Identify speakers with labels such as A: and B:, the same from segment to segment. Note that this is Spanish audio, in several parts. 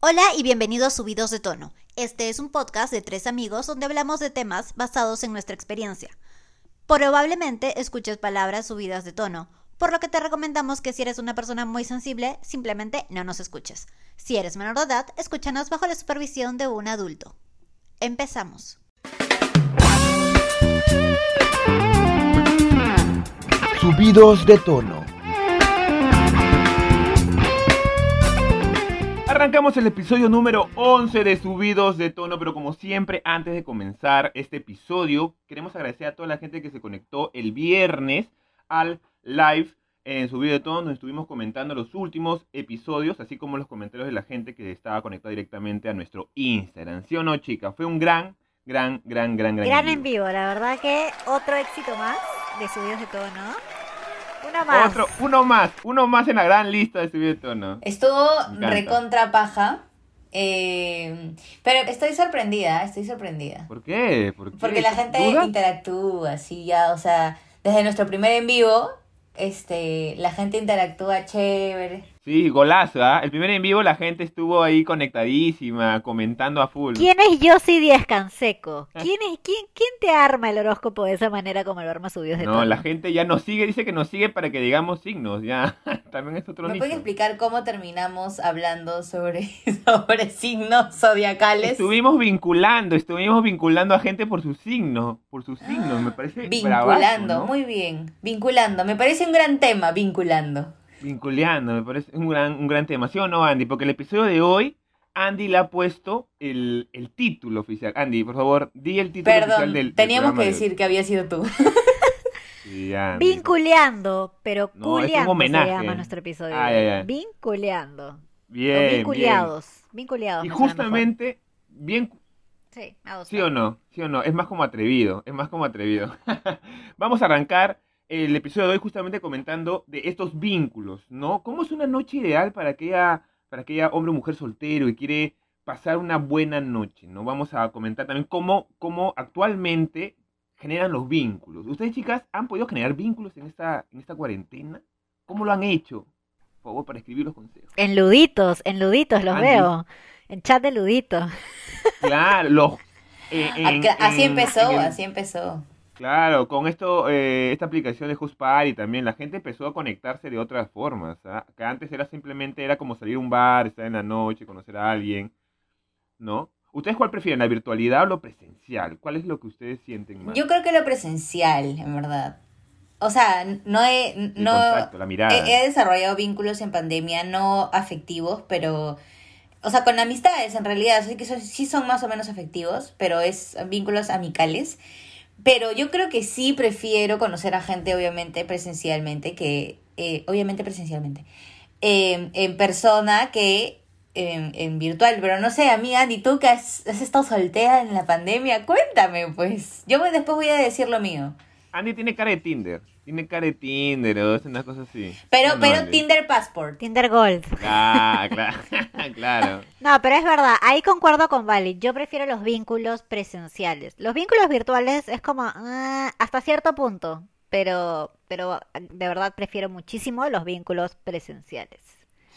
A: Hola y bienvenidos a Subidos de Tono. Este es un podcast de tres amigos donde hablamos de temas basados en nuestra experiencia. Probablemente escuches palabras subidas de tono, por lo que te recomendamos que si eres una persona muy sensible, simplemente no nos escuches. Si eres menor de edad, escúchanos bajo la supervisión de un adulto. Empezamos.
B: Subidos de tono.
C: Arrancamos el episodio número 11 de Subidos de Tono, pero como siempre, antes de comenzar este episodio, queremos agradecer a toda la gente que se conectó el viernes al live en Subido de Tono. Nos estuvimos comentando los últimos episodios, así como los comentarios de la gente que estaba conectada directamente a nuestro Instagram. ¿Sí o no, chicas? Fue un gran, gran, gran, gran, gran.
D: Gran
C: en
D: en
C: vivo.
D: vivo, la verdad que otro éxito más de subidos de todo, ¿no? Una más.
C: Otro, uno más, uno más en la gran lista de Subido de Tono.
E: Estuvo
C: Me encanta.
E: recontra paja. eh, pero estoy sorprendida, estoy sorprendida.
C: ¿Por qué? ¿Por qué?
E: Porque la gente
C: ¿Dudas?
E: interactúa, así ya, o sea, desde nuestro primer en vivo, este, la gente interactúa chévere.
C: Sí, golazo, ¿ah? El primer en vivo la gente estuvo ahí conectadísima, comentando a full.
D: ¿Quién es Yossi Díaz Canseco? ¿Quién, es, quién, ¿Quién te arma el horóscopo de esa manera como lo arma subidos de
C: No,
D: tono?
C: la gente ya nos sigue, dice que nos sigue para que digamos signos, ya. También es otro
E: ¿Me
C: nicho.
E: pueden explicar cómo terminamos hablando sobre, sobre signos zodiacales?
C: Estuvimos vinculando, estuvimos vinculando a gente por su signo, por su signo, me parece
E: Vinculando,
C: bravazo, ¿no?
E: muy bien. Vinculando, me parece un gran tema, vinculando.
C: Vinculando, me parece un gran, un gran tema, ¿sí o no, Andy? Porque el episodio de hoy, Andy le ha puesto el, el título oficial. Andy, por favor, di el título oficial
E: Perdón,
C: del del
E: teníamos
C: programa
E: que
C: de hoy.
E: decir que había sido tú.
C: Sí, Andy.
D: Vinculeando, pero
C: No, es un
D: culeando
C: homenaje.
D: se llama nuestro episodio.
C: Ay, ay, ay.
D: Vinculeando.
C: Bien,
D: o
C: bien.
D: vinculeados. Vinculeados.
C: Y
D: me suena mejor.
C: justamente, bien,
A: Sí, me ha
C: ¿Sí o no? ¿Sí o no? Es más como atrevido, es más como atrevido. Vamos a arrancar el episodio de hoy justamente comentando de estos vínculos, ¿no? ¿Cómo es una noche ideal para aquella, para aquella hombre o mujer soltero y quiere pasar una buena noche, ¿no? Vamos a comentar también cómo, cómo actualmente generan los vínculos. ¿Ustedes, chicas, han podido generar vínculos en esta, en esta cuarentena? ¿Cómo lo han hecho? Por favor, para escribir los consejos. Ah,
D: En luditos, en luditos los
C: Andy.
D: veo. En chat de luditos.
C: Claro, los... eh, en-
E: Acá- así
C: en-
E: empezó,
C: en el-
D: em-.
E: así empezó.
C: Claro, con esto, eh, esta aplicación de Just Party también, la gente empezó a conectarse de otras formas, ¿ah? Que antes era simplemente, era como salir a un bar, estar en la noche, conocer a alguien, ¿no? ¿Ustedes cuál prefieren, la virtualidad o lo presencial? ¿Cuál es lo que ustedes sienten más?
E: Yo creo que lo presencial, en verdad. O sea, no he,
C: El
E: no, eh,
C: contacto, la mirada.
E: he, he desarrollado vínculos en pandemia, no afectivos, pero... O sea, con amistades en realidad, así que son- sí son más o menos afectivos, pero es vínculos amicales. Pero yo creo que sí prefiero conocer a gente, obviamente, presencialmente, que... eh, obviamente presencialmente. eh, en persona que en, en virtual. Pero no sé, amiga, Andy, tú que has, has estado soltera en la pandemia, cuéntame, pues. Yo voy- después voy a decir lo mío.
C: Andy tiene cara de Tinder, tiene cara de Tinder, o es una cosa así.
E: Pero,
C: No,
E: pero
C: Andy.
E: Tinder Passport.
D: Tinder Gold.
C: Ah, claro, claro.
D: No, pero es verdad, ahí concuerdo con Vali. Yo prefiero los vínculos presenciales. Los vínculos virtuales es como ah, hasta cierto punto, pero pero de verdad prefiero muchísimo los vínculos presenciales.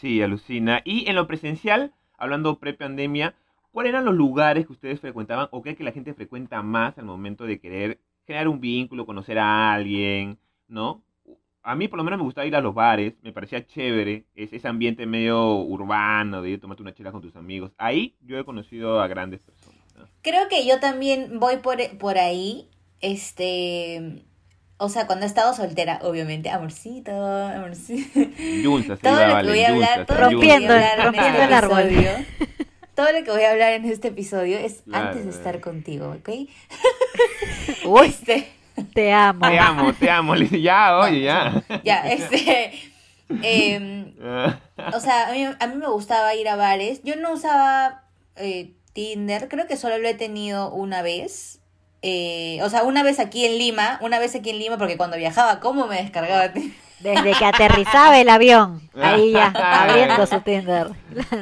C: Sí, alucina. Y en lo presencial, hablando pre-pandemia, ¿cuáles eran los lugares que ustedes frecuentaban o qué que la gente frecuenta más al momento de querer generar un vínculo, conocer a alguien, ¿no? A mí por lo menos me gustaba ir a los bares, me parecía chévere, es, ese ambiente medio urbano de ir a tomarte una chela con tus amigos. Ahí yo he conocido a grandes personas. ¿no?
E: Creo que yo también voy por, por ahí, este... O sea, cuando he estado soltera, obviamente, amorcito, amorcito.
C: Yunza se
E: Todo
C: iba a Valen,
E: lo que voy a
C: Yunza,
E: hablar,
C: se
E: todo
C: iba a
E: lo que voy a
D: Rompiendo,
C: Yunza.
E: hablar en
D: rompiendo
E: este
D: el árbol.
E: episodio, todo lo que voy a hablar en este episodio es
C: Claro.
E: antes de estar contigo, ¿ok?
D: Uy,
E: Este...
D: te amo.
C: Te amo, te amo. le dije, Ya, oye, ya.
E: Ya, este. em, o sea, a mí, a mí me gustaba ir a bares. Yo no usaba eh, Tinder, creo que solo lo he tenido una vez. Eh, o sea, una vez aquí en Lima, una vez aquí en Lima, porque cuando viajaba, ¿cómo me descargaba Tinder?
D: Desde que aterrizaba el avión, ahí ya abriendo su Tinder.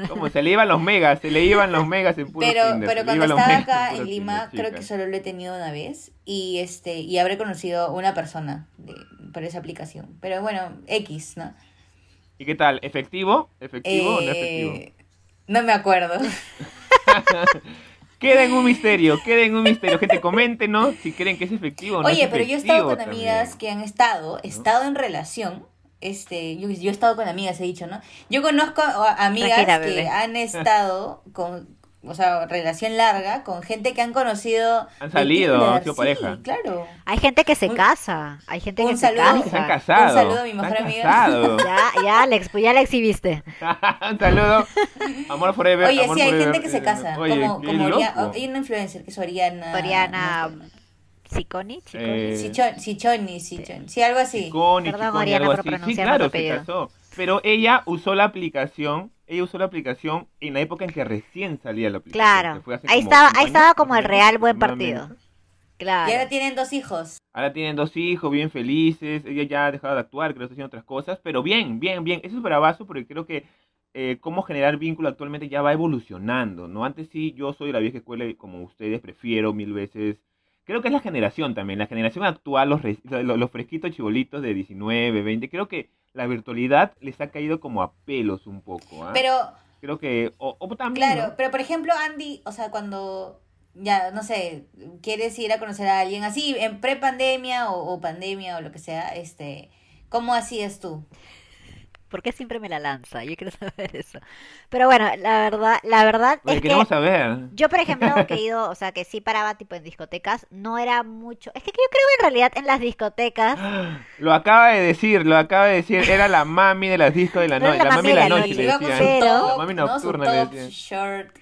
C: Como se le iban los megas, se le iban los megas en puro
E: Pero,
C: Tinder, se
E: pero
C: le
E: cuando
C: iban los
E: estaba
C: megas
E: acá
C: puro
E: en Lima,
C: Tinder,
E: creo que
C: chicas.
E: solo lo he tenido una vez. Y este, y habré conocido una persona de- por esa aplicación. Pero bueno, X, ¿no?
C: ¿Y qué tal? ¿Efectivo? ¿Efectivo o no efectivo?
E: Eh, No me acuerdo.
C: Queda en un misterio, queda en un misterio. Gente, coméntenos si creen que es efectivo o no.
E: Oye,
C: es
E: pero yo he
C: efectivo
E: estado con
C: también.
E: amigas que han estado, he estado en relación. Este, yo, yo he estado con amigas, he dicho, ¿no? Yo conozco a- a amigas
D: Tranquila,
E: que
D: bebé.
E: han estado con, o sea, relación larga con gente que han conocido.
C: Han
E: de
C: salido,
E: Tinder.
C: han sido
E: Sí,
C: pareja.
E: claro.
D: Hay gente que se
E: Un-
D: casa. Hay gente que
E: un
D: se
E: saludo.
C: Que Ah, se han
D: casa.
C: casado.
E: Ah, Un saludo a mi
C: se
E: mejor
C: han
E: amiga.
C: casado.
D: Ya, ya, Alex, pues ya la exhibiste.
E: Ah,
C: un saludo. Amor forever.
E: Oye,
C: amor
E: sí, hay
C: forever.
E: gente que se casa.
C: Oye,
E: como
C: qué
E: como Oria-
C: loco.
E: Hay una influencer que es Oriana.
D: Oriana
E: no sé.
D: Siconi, chicos.
C: Eh,
E: Sichon- Sichoni, Sichoni. Sí, algo así.
C: Chiconi,
D: Perdón,
C: Chiconi,
D: Oriana,
C: algo
D: por
C: así. Sí,
D: pronunciar
C: claro,
D: mal tu
C: se
D: apellido.
C: casó. Pero ella usó la aplicación, ella usó la aplicación en la época en que recién salía la aplicación.
D: Claro.
C: que fue hace
D: Ahí
C: como
D: estaba,
C: cinco
D: ahí
C: años,
D: estaba como
C: más o
D: el
C: menos,
D: real buen
C: aproximadamente.
D: partido. Claro.
E: Y ahora tienen dos hijos.
C: Ahora tienen dos hijos, bien felices. Ella ya ha dejado de actuar, creo que está haciendo otras cosas. Pero bien, bien, bien. Eso es bravazo porque creo que eh, cómo generar vínculo actualmente ya va evolucionando, ¿no? Antes sí, yo soy de la vieja escuela y como ustedes prefiero mil veces. Creo que es la generación también. La generación actual, los, res- lo- lo- los, fresquitos chibolitos de 19, 20. Creo que la virtualidad les ha caído como a pelos un poco, ¿ah?
E: Pero
C: Creo que. O, o también.
E: Claro,
C: ¿no?
E: pero por ejemplo, Andy, o sea, cuando ya, no sé, quieres ir a conocer a alguien así, en prepandemia o, o pandemia o lo que sea, este, ¿cómo hacías tú?
D: ¿Por qué siempre me la lanza? Yo quiero saber eso. Pero bueno, la verdad, la verdad
C: Oye,
D: es que
C: queremos saber.
D: yo, por ejemplo, que he ido, o sea, que sí paraba tipo en discotecas, no era mucho. Es que yo creo que en realidad en las discotecas
C: Lo acaba de decir, lo acaba de decir. Era la mami de las discos de la
D: No
C: noche.
D: era la
C: La, mami
D: mami
C: de la noche, le
E: Iba con
C: decían.
E: su
D: Pero-
E: top,
C: la mami
E: ¿no? Su
C: nocturna le
E: top,
C: decían.
E: su shirt.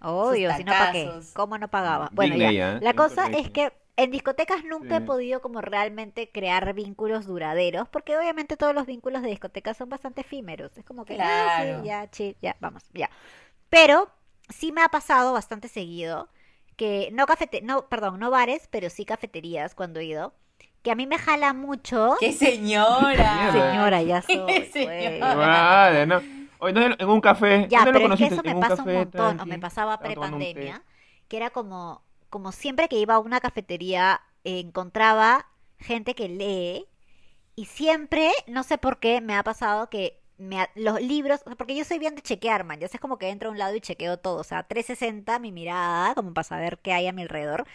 D: Obvio, si no, ¿para qué?
E: tacazos.
D: ¿Cómo no pagaba? Bueno,
C: Digna
D: ya.
C: ella, ¿eh?
D: La
C: Es
D: cosa es
C: correcto.
D: que en discotecas nunca he
C: Sí.
D: podido como realmente crear vínculos duraderos, porque obviamente todos los vínculos de discotecas son bastante efímeros. Es como que, ah, sí,
E: Claro.
D: ya, chill, ya, vamos, ya. Pero sí me ha pasado bastante seguido que no cafete, no, perdón, no bares, pero sí cafeterías cuando he ido, que a mí me jala mucho.
E: ¡Qué señora!
D: Señora, ya soy, pues.
E: Qué
D: güey.
E: señora.
C: Madre, no. Oye, ¿dónde lo- en un café.
D: Ya,
C: ¿Dónde
D: pero
C: lo
D: es que
C: conociste?
D: eso me
C: en un
D: pasa
C: café,
D: un montón, o me
C: tranqui.
D: pasaba
C: Estaba tomando un té.
D: prepandemia, que era como, como siempre que iba a una cafetería, eh, encontraba gente que lee, y siempre, no sé por qué, me ha pasado que me ha- los libros, o sea, porque yo soy bien de chequear, man, ya sabes como que entro a un lado y chequeo todo, o sea, 360 mi mirada, como para saber qué hay a mi alrededor,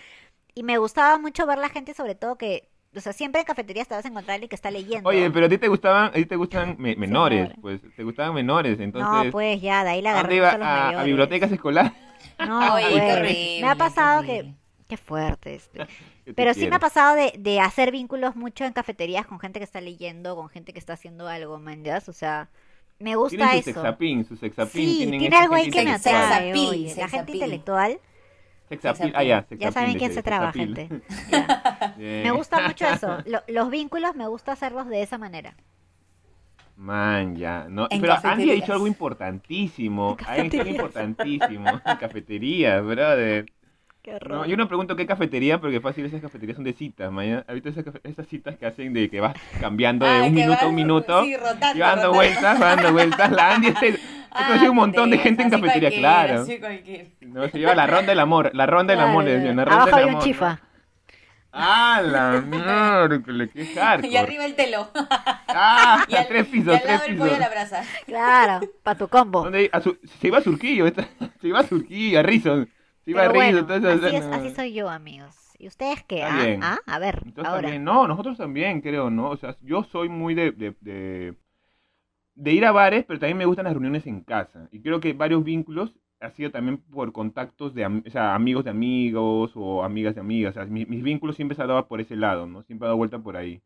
D: y me gustaba mucho ver la gente, sobre todo que, o sea, siempre en cafeterías te vas a encontrar a alguien que está leyendo.
C: Oye, pero a ti te gustaban, a ti te gustan me- menores,
D: Señora.
C: pues, te gustaban menores, entonces.
D: No, pues ya, de ahí la
C: ¿a dónde
D: agarré
C: iba?
D: mucho a los
C: a, a
D: mayores.
C: bibliotecas escolares.
D: No,
E: Oye, qué
D: güey.
E: horrible,
D: me ha pasado
E: qué horrible.
D: que... Qué fuerte. Este.
C: Yo te
D: Pero sí me
C: quiero.
D: ha pasado de, de hacer vínculos mucho en cafeterías con gente que está leyendo, con gente que está haciendo algo, man, ¿ya? O sea, me
C: Tienen
D: gusta
C: su
D: eso.
C: sexapín, su sexapín.
D: Sí,
C: tienen
D: tiene
C: esa
D: algo ahí
C: gente
D: que me
E: intelectual.
D: atrae.
E: Sexapil,
D: oye, la gente
E: sexapil.
D: intelectual,
C: Sexapil,
E: Sexapil.
C: ah, ya,
D: ya
C: sexapil,
D: saben quién
C: dice,
D: se traba,
C: sexapil.
D: gente. Ya.
C: Bien.
D: Me gusta mucho eso. Lo- los vínculos me gusta hacerlos de esa manera.
C: Man, ya, no,
E: En
C: pero Andy ha
E: cafeterías.
C: dicho algo importantísimo, ha dicho algo importantísimo, en cafeterías, brother.
D: Qué horror.
C: No, yo no pregunto qué cafetería, porque fácil esas cafeterías son de citas, mañana, ¿has visto esas, cafe- esas citas que hacen de que vas cambiando de
E: Ah,
C: un
E: que
C: minuto a
E: vas-
C: un minuto?
E: sí, rotando,
C: y va dando
E: rotando.
C: vueltas, va dando vueltas, la Andy se,
E: Ah,
C: conoce un montón de
E: pendeja,
C: gente en
E: así
C: cafetería,
E: cualquiera,
C: claro.
E: así cualquiera.
C: No, se lleva la ronda del amor, la ronda del
D: Claro,
C: amor, le
D: claro.
C: decían, la ronda
D: Abajo
C: del
D: hay un
C: amor. ¿no?
D: chifa.
C: ¡Ah, la miércoles, qué
E: Y
C: hardcore!
E: arriba el telón.
C: ¡Ah,
E: Y al,
C: tres
E: y
C: pisos,
E: al
C: tres
E: lado el pollo
C: pisos!
E: a la brasa.
D: Claro, para tu combo.
C: ¿Dónde? A su- se iba a Surquillo, esta- se iba a Surquillo, a Rison. Se iba
D: Pero
C: a Rison,
D: bueno,
C: entonces.
D: así, es-
C: no.
D: así soy yo, amigos. ¿Y ustedes qué?
C: Está
D: Ah,
C: bien.
D: ah, a ver,
C: Entonces
D: ahora.
C: también, no, nosotros también, creo, ¿no? O sea, yo soy muy de, de, de, de ir a bares, pero también me gustan las reuniones en casa. Y creo que varios vínculos ha sido también por contactos de am- o sea, amigos de amigos o amigas de amigas. O sea, mi- mis vínculos siempre se han dado por ese lado, ¿no? Siempre ha dado vuelta por ahí.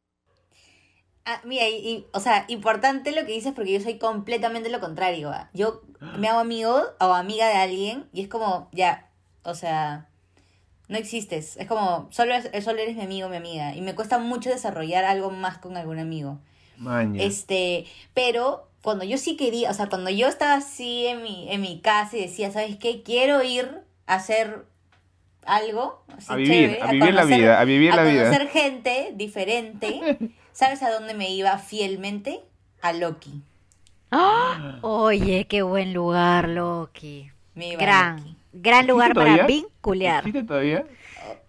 E: Ah, mira, y, y, o sea, importante lo que dices porque yo soy completamente lo contrario. ¿ah? Yo me hago amigo o amiga de alguien y es como, ya, o sea, no existes. Es como, solo, es- solo eres mi amigo, mi amiga. Y me cuesta mucho desarrollar algo más con algún amigo.
C: Maña.
E: Este, pero cuando yo sí quería, o sea, cuando yo estaba así en mi, en mi casa y decía, ¿sabes qué? Quiero ir a hacer algo. así
C: a vivir,
E: chévere,
C: a vivir la
E: conocer-
C: vida, a vivir la
E: a
C: vida.
E: conocer gente diferente. ¿Sabes a dónde me iba fielmente? A Loki.
D: ¡Ah! Oye, qué buen lugar, Loki.
E: Me iba a Loki.
D: Gran, gran lugar
C: ¿Existe
D: para
C: todavía?
D: vincular.
C: ¿Existe todavía?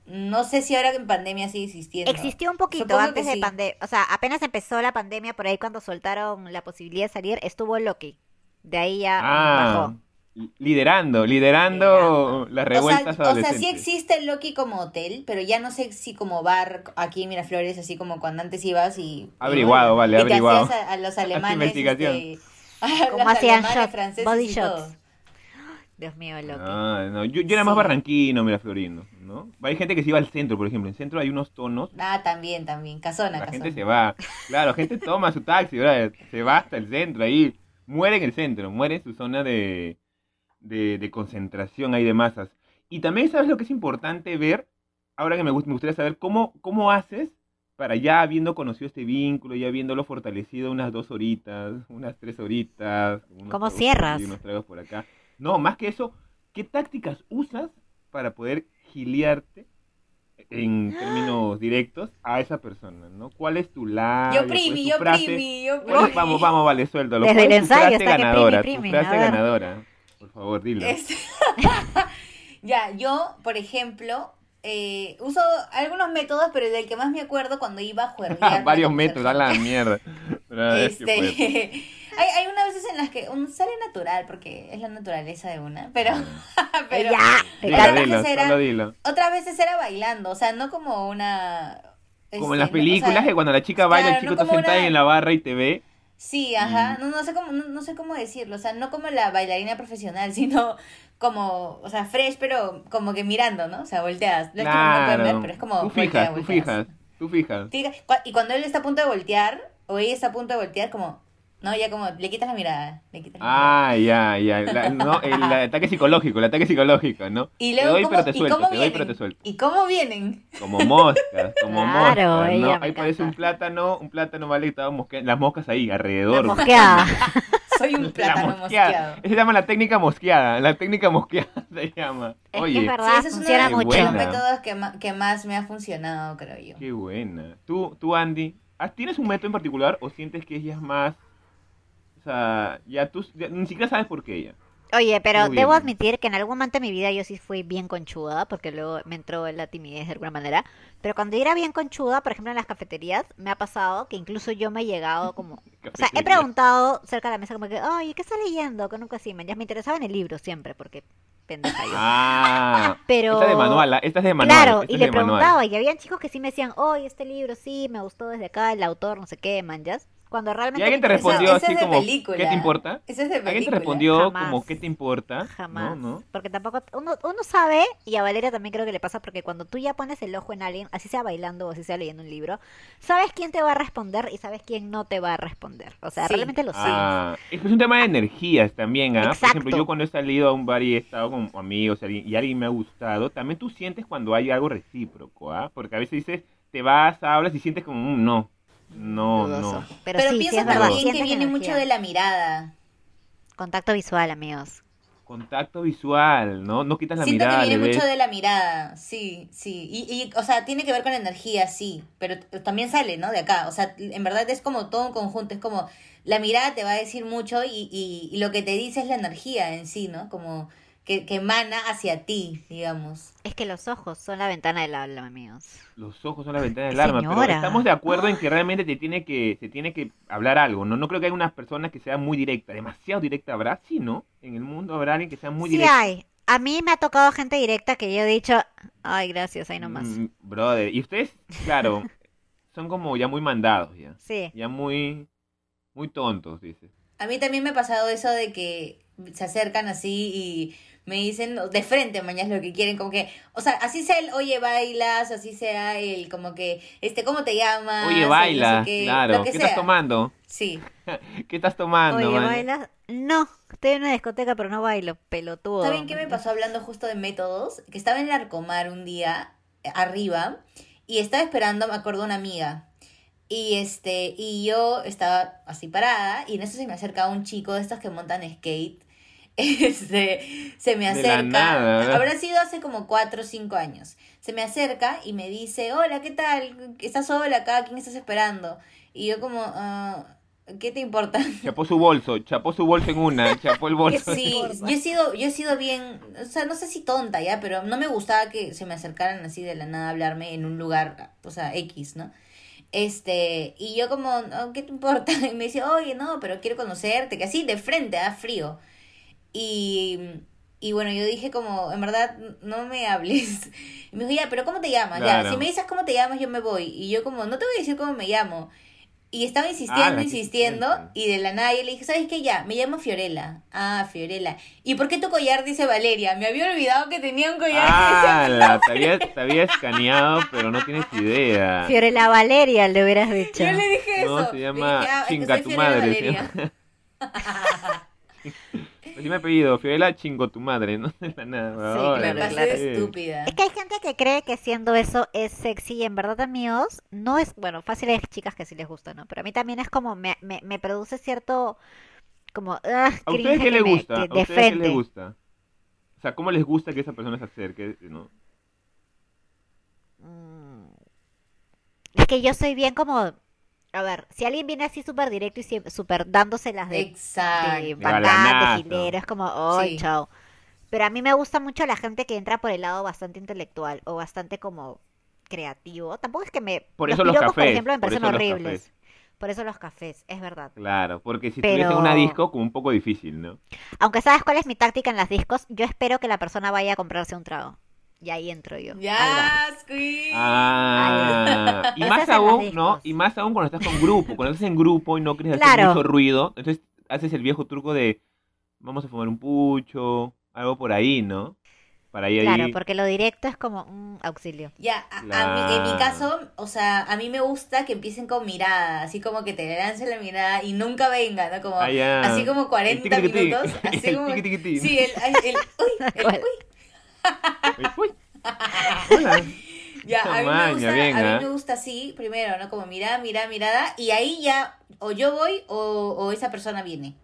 E: No sé si ahora en pandemia sigue existiendo.
D: Existió un poquito
E: Supongo
D: antes
E: que
D: de
E: sí.
D: pandemia, o sea, apenas empezó la pandemia por ahí cuando soltaron la posibilidad de salir, estuvo Loki. De ahí ya
C: Ah,
D: bajó.
C: Liderando, liderando las
E: o
C: revueltas
E: sea, o sea, sí
C: adolescentes.
E: existe Loki como hotel, pero ya no sé si como bar aquí en Miraflores, así como cuando antes ibas y...
C: Averiguado, vale,
E: y
C: averiguado.
E: Te hacías a, a los alemanes,
C: investigación.
E: este, a
D: Como
E: los
D: hacían
E: alemanes,
D: shots,
E: franceses
D: body
E: y
D: shots.
E: todo.
D: Dios mío, Loki.
C: Ah, no, yo, yo era más
E: Sí.
C: barranquino, miraflorino, ¿no? Hay gente que se iba al centro, por ejemplo. En el centro hay unos tonos.
E: Ah, también, también. Casona,
C: La
E: casona.
C: gente se va. Claro, la gente toma su taxi, brother, Se va hasta el centro ahí. Muere en el centro, muere en su zona de, de, de concentración ahí de masas. Y también sabes lo que es importante ver, ahora que me, gust- me gustaría saber cómo, cómo haces para ya habiendo conocido este vínculo, ya habiéndolo fortalecido unas dos horitas, unas tres horitas. unos
D: ¿Cómo
C: tragos por aquí,
D: cierras?
C: unos tragos por acá. No, más que eso, ¿qué tácticas usas para poder giliarte en
E: Ah.
C: términos directos a esa persona, ¿no? ¿Cuál es tu la
E: Yo primi, yo primi, yo primi.
C: Vamos, vamos, vale, suéltalo.
D: Desde
C: ¿Cuál
D: el
C: es tu
D: ensayo
C: frase
D: está que primi,
C: ganadora,
D: primi,
C: tu frase
D: a ver.
C: ganadora. Por favor, dilo.
E: Este- ya, yo, por ejemplo, eh, uso algunos métodos, pero del que más me acuerdo cuando iba a jugar.
C: Varios metros, da la mierda. Pero, es que
E: Este,
C: pues,
E: hay, hay unas veces en las que un sale natural, porque es la naturaleza de una, pero, pero
D: ya, me
C: dilo,
E: cada
D: encanta.
C: dilo,
E: vez era-
C: solo dilo.
E: otras veces era bailando, o sea, no como una...
C: Como
E: este,
C: en las
E: no, o
C: películas,
E: sea,
C: que cuando la chica baila,
E: claro,
C: el chico
E: no
C: está
E: como
C: sentado ahí
E: una-
C: en la barra y te ve.
E: Sí, ajá,
C: Mm.
E: no, no sé cómo, no, no sé cómo decirlo, o sea, no como la bailarina profesional, sino como, o sea, fresh, pero como que mirando, ¿no? O sea, volteas. No es que no pueden ver,
C: Claro.
E: pero es como
C: Tú
E: voltea,
C: fijas, tú
E: volteas.
C: fijas, tú fijas.
E: Tira- cua- Y cuando él está a punto de voltear, o ella está a punto de voltear, como, no, ya como, le quitas la mirada, le quitas la mirada.
C: Ah, ya, ya. la- no, el ataque psicológico, el ataque psicológico, ¿no?
E: Y
C: te
E: luego,
C: doy,
E: ¿cómo-
C: pero te
E: y
C: suelto,
E: cómo
C: te doy,
E: vienen?
C: pero te suelto.
E: ¿Y cómo vienen?
C: Como moscas, como
D: Claro,
C: moscas, ¿no?
D: ella me
C: Ahí parece un
D: encanta.
C: plátano, un plátano vale que estaba mosque- las moscas ahí, alrededor.
D: La mosqueada.
E: Soy un
C: La
E: plátano
C: mosqueada.
E: mosqueado.
C: Se llama la técnica mosqueada, la técnica mosqueada se llama.
D: Es que
C: Oye,
D: es verdad,
E: ese es uno de
D: Ah, funciona
E: los-
D: mucho.
E: de los
C: Buena.
E: métodos que, ma- que más me ha funcionado, creo yo.
C: qué buena. Tú, tú Andy, ¿has- ¿tienes un método en particular o sientes que ella es más... O sea, ya tú ya ni siquiera sabes por qué ella.
D: Oye, pero
C: Muy
D: debo
C: bien.
D: admitir que en algún momento de mi vida yo sí fui bien conchuda, porque luego me entró la timidez de alguna manera. Pero cuando yo era bien conchuda, por ejemplo, en las cafeterías, me ha pasado que incluso yo me he llegado como. O sea, he preguntado cerca de la mesa, como que, oye, ¿qué estás leyendo? Que nunca así, man, ya me interesaba en el libro siempre, porque pendeja yo.
C: Ah,
D: Pero-
C: esta es de manual, ah, esta es de manual.
D: claro,
C: esta
D: y
C: es
D: le
C: de manual.
D: preguntaba, y habían chicos que sí me decían, oye, este libro sí, me gustó desde acá, el autor, no sé qué, manjas. Cuando
C: Y
D: realmente.
C: alguien te
D: me interesaba-
C: respondió
E: ese es
C: así
E: de
C: como,
E: película.
C: ¿qué te importa?
E: Ese es de película.
C: Alguien te respondió
D: Jamás.
C: como, ¿qué te importa?
D: Jamás.
C: No, no.
D: Porque tampoco. Uno, uno sabe, y a Valeria también creo que le pasa, porque cuando tú ya pones el ojo en alguien, así sea bailando o así sea leyendo un libro, sabes quién te va a responder y sabes quién no te va a responder. O sea,
E: Sí.
D: realmente lo sabes.
C: Ah, es que es un tema de energías también, ¿ah? Por
D: Exacto.
C: ejemplo, yo cuando he salido a un bar y he estado con amigos alguien- y alguien me ha gustado, también tú sientes cuando hay algo recíproco, ¿ah? Porque a veces dices, te vas, hablas y sientes como, "Mm, no, no,
D: Dudoso.
C: no.
D: Pero,
E: Pero,
D: sí, sí,
E: pienso
D: es verdad.
E: también que
D: Sientes
E: viene
D: energía.
E: mucho de la mirada.
D: Contacto visual, amigos.
C: Contacto visual, ¿no? No quitas la
E: Siento
C: mirada,
E: que
C: le
E: viene mucho
C: ves.
E: de la mirada, sí, sí. Y, y, o sea, tiene que ver con energía, sí, pero t- también sale, ¿no? De acá. O sea, en verdad es como todo un conjunto, es como la mirada te va a decir mucho y, y, y lo que te dice es la energía en sí, ¿no? Como que, que emana hacia ti, digamos.
D: Es que los ojos son la ventana del alma, amigos.
C: Los ojos son la ventana del alma, pero
D: Señora.
C: estamos de acuerdo en
E: ¡Ah!
C: que realmente te tiene que, se tiene que hablar algo, ¿no? No creo que haya una persona que sea muy directa, demasiado directa habrá, sí, ¿no? En el mundo habrá alguien que sea muy
D: sí
C: directa.
D: hay. A mí me ha tocado gente directa que yo he dicho, ay, gracias, ahí nomás.
C: Mm, brother, y ustedes, claro, son como ya muy mandados, ya.
D: Sí.
C: Ya muy, muy tontos, dices.
E: A mí también me ha pasado eso de que se acercan así y me dicen de frente mañana lo que quieren, como que, o sea, así sea el oye bailas, así sea el como que, este, ¿cómo te llamas? El no
C: Oye,
E: sé
C: baila,
E: qué,
C: claro.
E: lo que
C: ¿Qué estás
E: sea.
C: tomando?
E: Sí.
C: ¿Qué estás tomando,
D: Oye,
C: man?
D: ¿bailas? No, estoy en una discoteca, pero no bailo, pelotudo.
E: ¿Saben qué me pasó hablando justo de métodos? Que estaba en el Arcomar un día, eh, arriba, y estaba esperando, me acuerdo, una amiga. Y este, y yo estaba así parada, y en eso se me acerca un chico de estos que montan skate. Este, se me
C: De la
E: acerca.
C: nada.
E: Habrá sido hace como 4 o 5 años. Se me acerca y me dice, hola, ¿qué tal? ¿Estás sola acá? ¿Quién estás esperando? Y yo como, "Ah, ¿qué te importa?
C: Chapó su bolso, chapó su bolso en una, chapó el bolso.
E: Sí, yo he sido, yo he sido bien, o sea, no sé si tonta ya, pero no me gustaba que se me acercaran así de la nada a hablarme en un lugar, o sea, X, ¿no? Este, y yo como, "Oh, ¿qué te importa? Y me dice, oye, no, pero quiero conocerte, que así de frente, da ah, frío. Y, y bueno, yo dije como, en verdad, no me hables. Y me dijo, ya, pero ¿cómo te llamas?
C: Claro.
E: Ya, si me dices cómo te llamas, yo me voy. Y yo como, no te voy a decir cómo me llamo. Y estaba insistiendo,
C: qué
E: insistiendo,
C: insistente.
E: y de la nada yo le dije, ¿sabes qué? Ya, me llamo Fiorella. Ah, Fiorella. ¿Y por qué tu collar dice Valeria? Me había olvidado que tenía un collar que
C: Ah, la, te, había, te había escaneado, pero no tienes idea.
D: Fiorella Valeria le hubieras dicho.
E: decía- Yo le dije eso.
C: No, se
E: Le
C: llama
E: dije, "Ah, es que
C: Chinga
E: soy
C: tu
E: Fiorella
C: madre.
E: Valeria".
C: Así me ha pedido, Fiorella, chingo tu madre, ¿no? De la nada,
D: Sí,
C: ahora,
E: Me
D: claro,
E: pasé
D: claro.
E: de estúpida.
D: Es que hay gente que cree que siendo eso es sexy y en verdad, amigos, no es, bueno, fácil hay chicas que sí les gusta, ¿no? Pero a mí también es como, me, me, me produce cierto, como, ah,
C: ¿A
D: cringe
C: ustedes qué
D: que
C: les
D: me-
C: gusta? ¿A
D: que de
C: ustedes qué
D: frente.
C: les gusta? O sea, ¿cómo les gusta que esa persona se acerque? ¿no?
D: Mm. Es que yo soy bien como, a ver, si alguien viene así súper directo y siem- súper dándoselas de, de
E: Exacto.
D: bacán, de
C: galanazo.
D: gilero, es como, oh,
E: Sí.
D: chao. Pero a mí me gusta mucho la gente que entra por el lado bastante intelectual o bastante como creativo. Tampoco es que me...
C: Por eso los
D: piropos, por
C: cafés,
D: ejemplo, me
C: por
D: parecen
C: eso los
D: horribles.
C: cafés.
D: por eso los cafés, es verdad.
C: Claro, porque si
D: Pero-
C: estuviese en una disco, como un poco difícil, ¿no?
D: Aunque sabes cuál es mi táctica en las discos, yo espero que la persona vaya a comprarse un trago. Y ahí entro yo. al bar.
E: Ya, Squid.
C: Ah, y
D: Esas
C: más
D: son las
C: aún,
D: discos.
C: ¿no? Y más aún cuando estás con grupo, cuando estás en grupo y no quieres hacer
D: Claro.
C: mucho ruido, entonces haces el viejo truco de vamos a fumar un pucho, algo por ahí, ¿no? Para ir
D: Claro,
C: ahí.
D: porque lo directo es como un auxilio.
E: Ya, a- a mí- en mi
C: Claro.
E: caso, o sea, a mí me gusta que empiecen con mirada, así como que te lancen la mirada y nunca venga, ¿no? Como,
C: Ah, ya.
E: así como 40
C: El tiquitiquití.
E: minutos, así
C: El
E: como...
C: tiquitiquití.
E: Sí, el, ay, el- uy, el,
D: Bueno.
E: uy.
C: Uy. Hola.
E: Ya, a mí, me
C: Tamaño,
E: gusta,
C: bien,
E: a mí
C: ¿ah?
E: me gusta así, primero, ¿no? Como mirada, mirada, mirada, y ahí ya o yo voy o, o esa persona viene,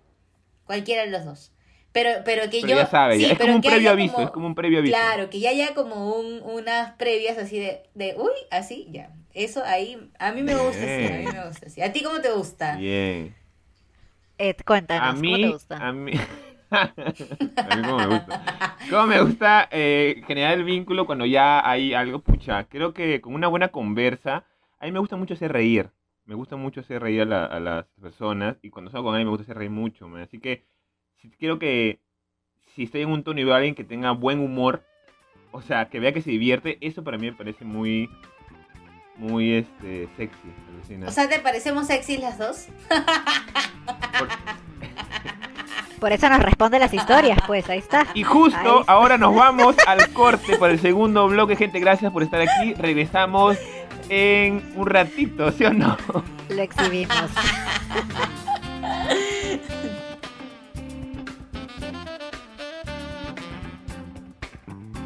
E: cualquiera de los dos. Pero, pero que
C: Pero
E: yo...
C: ya sabes,
E: sí,
C: ya. es
E: pero
C: como un
E: que
C: previo
E: haya
C: aviso, es como un previo aviso.
E: Claro, que ya haya como un, unas previas así de, de, uy, así, ya. Eso ahí, a mí me gusta así, a mí me gusta así. ¿A ti cómo te gusta?
C: Bien.
D: Ed, cuéntanos,
C: A mí,
D: ¿cómo te gusta?
C: a mí, a mí cómo me gusta. Cómo me gusta eh, generar el vínculo cuando ya hay algo, pucha, creo que con una buena conversa, a mí me gusta mucho hacer reír. Me gusta mucho hacer reír a, la- a las personas y cuando salgo con alguien me gusta hacer reír mucho, man. Así que si, creo que si estoy en un tono y veo a alguien que tenga buen humor, o sea, que vea que se divierte, eso para mí me parece muy, muy este, sexy. alucina.
E: O sea, ¿te parecemos sexys las dos?
C: Por-
D: Por eso nos responde las historias, pues, ahí está.
C: Y justo
D: Ahí está.
C: ahora nos vamos al corte para el segundo bloque. Gente, gracias por estar aquí. Regresamos en un ratito, ¿sí o no?
D: Lo exhibimos.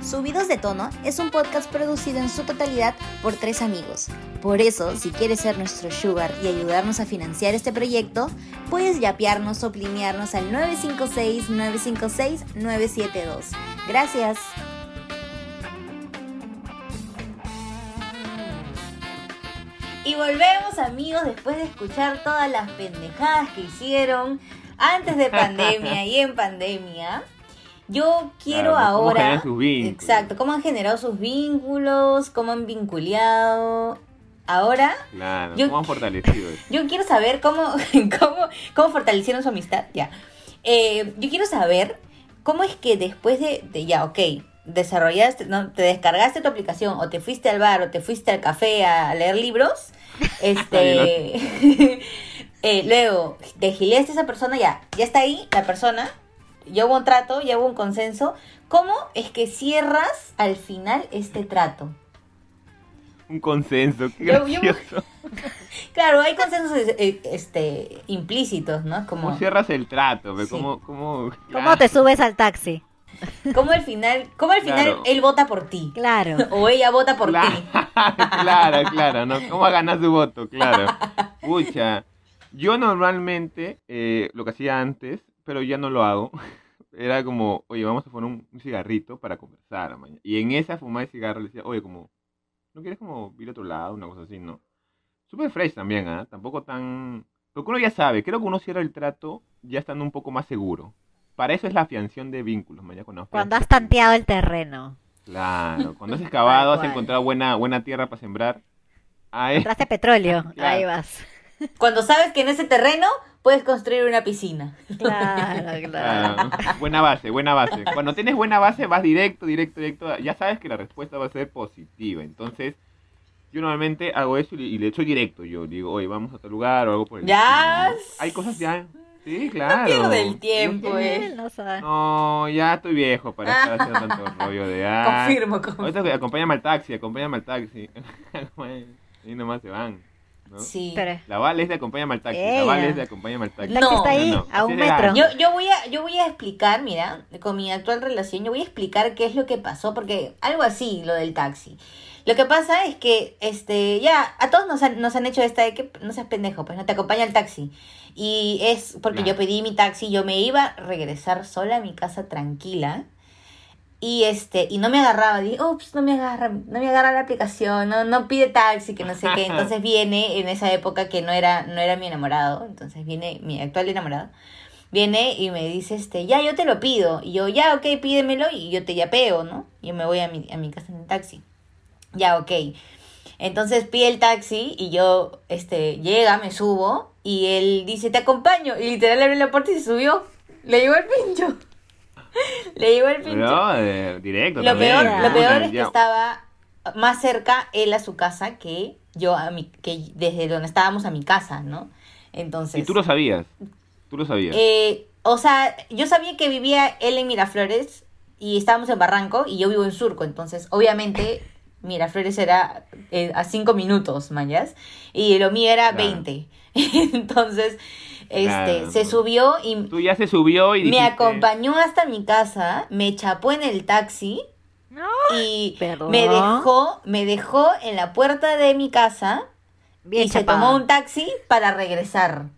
F: Subidos de Tono es un podcast producido en su totalidad por tres amigos. Por eso, si quieres ser nuestro sugar y ayudarnos a financiar este proyecto, puedes yapearnos o plinearnos al 956-956-972. Gracias.
E: Y volvemos, amigos, después de escuchar todas las pendejadas que hicieron antes de pandemia y en pandemia. Yo quiero
C: Claro, ¿cómo
E: ahora...
C: generan sus vínculos?
E: Exacto, cómo han generado sus vínculos, cómo han vinculado. Ahora
C: Claro,
E: Yo-
C: ¿cómo han fortalecido eso?
E: Yo quiero saber cómo, cómo, cómo fortalecieron su amistad, ya. Eh, yo quiero saber cómo es que después de, de ya, ok, desarrollaste, no, te descargaste tu aplicación, o te fuiste al bar, o te fuiste al café a leer libros, este, eh, luego, te gileaste a esa persona, ya, ya está ahí la persona, ya hubo un trato, ya hubo un consenso, ¿cómo es que cierras al final este trato?
C: Un consenso, qué
E: Yo- yo-
C: gracioso.
E: Claro, hay consensos eh, este, implícitos, ¿no? Como,
C: ¿Cómo cierras el trato? ve?
E: Sí.
C: ¿Cómo, cómo...
D: ¿Cómo te subes al taxi?
E: ¿Cómo al final, cómo al final
C: Claro.
E: él vota por ti?
D: Claro.
E: O ella vota por
C: claro,
E: ti.
C: claro, claro, ¿no? ¿Cómo ganar su voto? Claro. Pucha, yo normalmente eh, lo que hacía antes, pero ya no lo hago, era como, oye, vamos a poner un, un cigarrito para conversar. mañana. Y en esa fumada de cigarro le decía, oye, como, ¿no quieres como ir a otro lado? Una cosa así, ¿no? Súper fresh también, ¿ah? Tampoco tan... Porque uno ya sabe, creo que uno cierra el trato ya estando un poco más seguro. Para eso es la afianción de vínculos, mañana cuando nos
D: Cuando has
C: afianzas-
D: tanteado el terreno.
C: Claro, cuando has excavado, has
D: cual.
C: encontrado buena, buena tierra para sembrar. Ahí,
D: Entraste petróleo,
C: Claro.
D: ahí vas.
E: Cuando sabes que en ese terreno puedes construir una piscina.
D: Claro, claro.
C: Ah, buena base, buena base. Cuando tienes buena base, vas directo, directo, directo. Ya sabes que la respuesta va a ser positiva. Entonces, yo normalmente hago eso y le, y le echo directo. Yo digo, oye, vamos a tal lugar o algo por el
E: Ya.
C: estilo, ¿no? Hay cosas ya. Sí, claro.
E: pierde el tiempo,
C: Yo-
E: eh.
D: Él no sabe.
C: No, ya estoy viejo para estar haciendo tanto rollo de. ah,
E: Confirmo, confirmo.
C: Ahorita acompáñame al taxi, acompáñame al taxi. y nomás se van. ¿no?
E: Sí.
D: Pero,
C: La Vale es de acompáñame al taxi. La
D: Ella.
C: Vale es de acompáñame al taxi.
D: el taxi
E: No,
D: está ahí,
C: no, no.
D: a un
C: Así de
D: metro.
C: largo.
E: Yo, yo, voy a, yo voy a explicar, mira, con mi actual relación, yo voy a explicar qué es lo que pasó, porque algo así, lo del taxi. Lo que pasa es que, este, ya, a todos nos han, nos han hecho esta de que no seas pendejo, pues no te acompaña el taxi. Y es porque
C: Claro.
E: yo pedí mi taxi, yo me iba a regresar sola a mi casa tranquila. Y este, y no me agarraba, dije, ups, no me agarra, no me agarra la aplicación, no, no pide taxi, que no sé qué. Entonces viene en esa época que no era, no era mi enamorado, entonces viene mi actual enamorado, viene y me dice, este, ya yo te lo pido. Y yo, ya, ok, pídemelo, y yo te yapeo, ¿no? Yo me voy a mi, a mi casa en el taxi. Ya, ok. Entonces pide el taxi y yo, este, llega, me subo, y él dice, te acompaño. Y literal abrió la puerta y se subió. Le llegó el pincho. Le llegó el pincho.
C: Brother, eh, directo.
E: Lo
C: también.
E: peor, lo
C: Puta,
E: peor es que
C: ya.
E: estaba más cerca él a su casa que yo a mi, que desde donde estábamos a mi casa, ¿no? Entonces.
C: Y tú lo sabías. Tú lo sabías.
E: eh, o sea, yo sabía que vivía él en Miraflores y estábamos en Barranco y yo vivo en Surco, entonces obviamente Miraflores era eh, a cinco minutos, mañas, y lo mío era
C: Claro.
E: 20. entonces, este,
C: Claro.
E: se subió y
C: Tú ya se subió y
E: me
C: dijiste,
E: acompañó hasta mi casa, me chapó en el taxi
D: No.
E: y
D: Perdón.
E: me dejó, me dejó en la puerta de mi casa
D: Bien
E: y
D: chapada.
E: se tomó un taxi para regresar.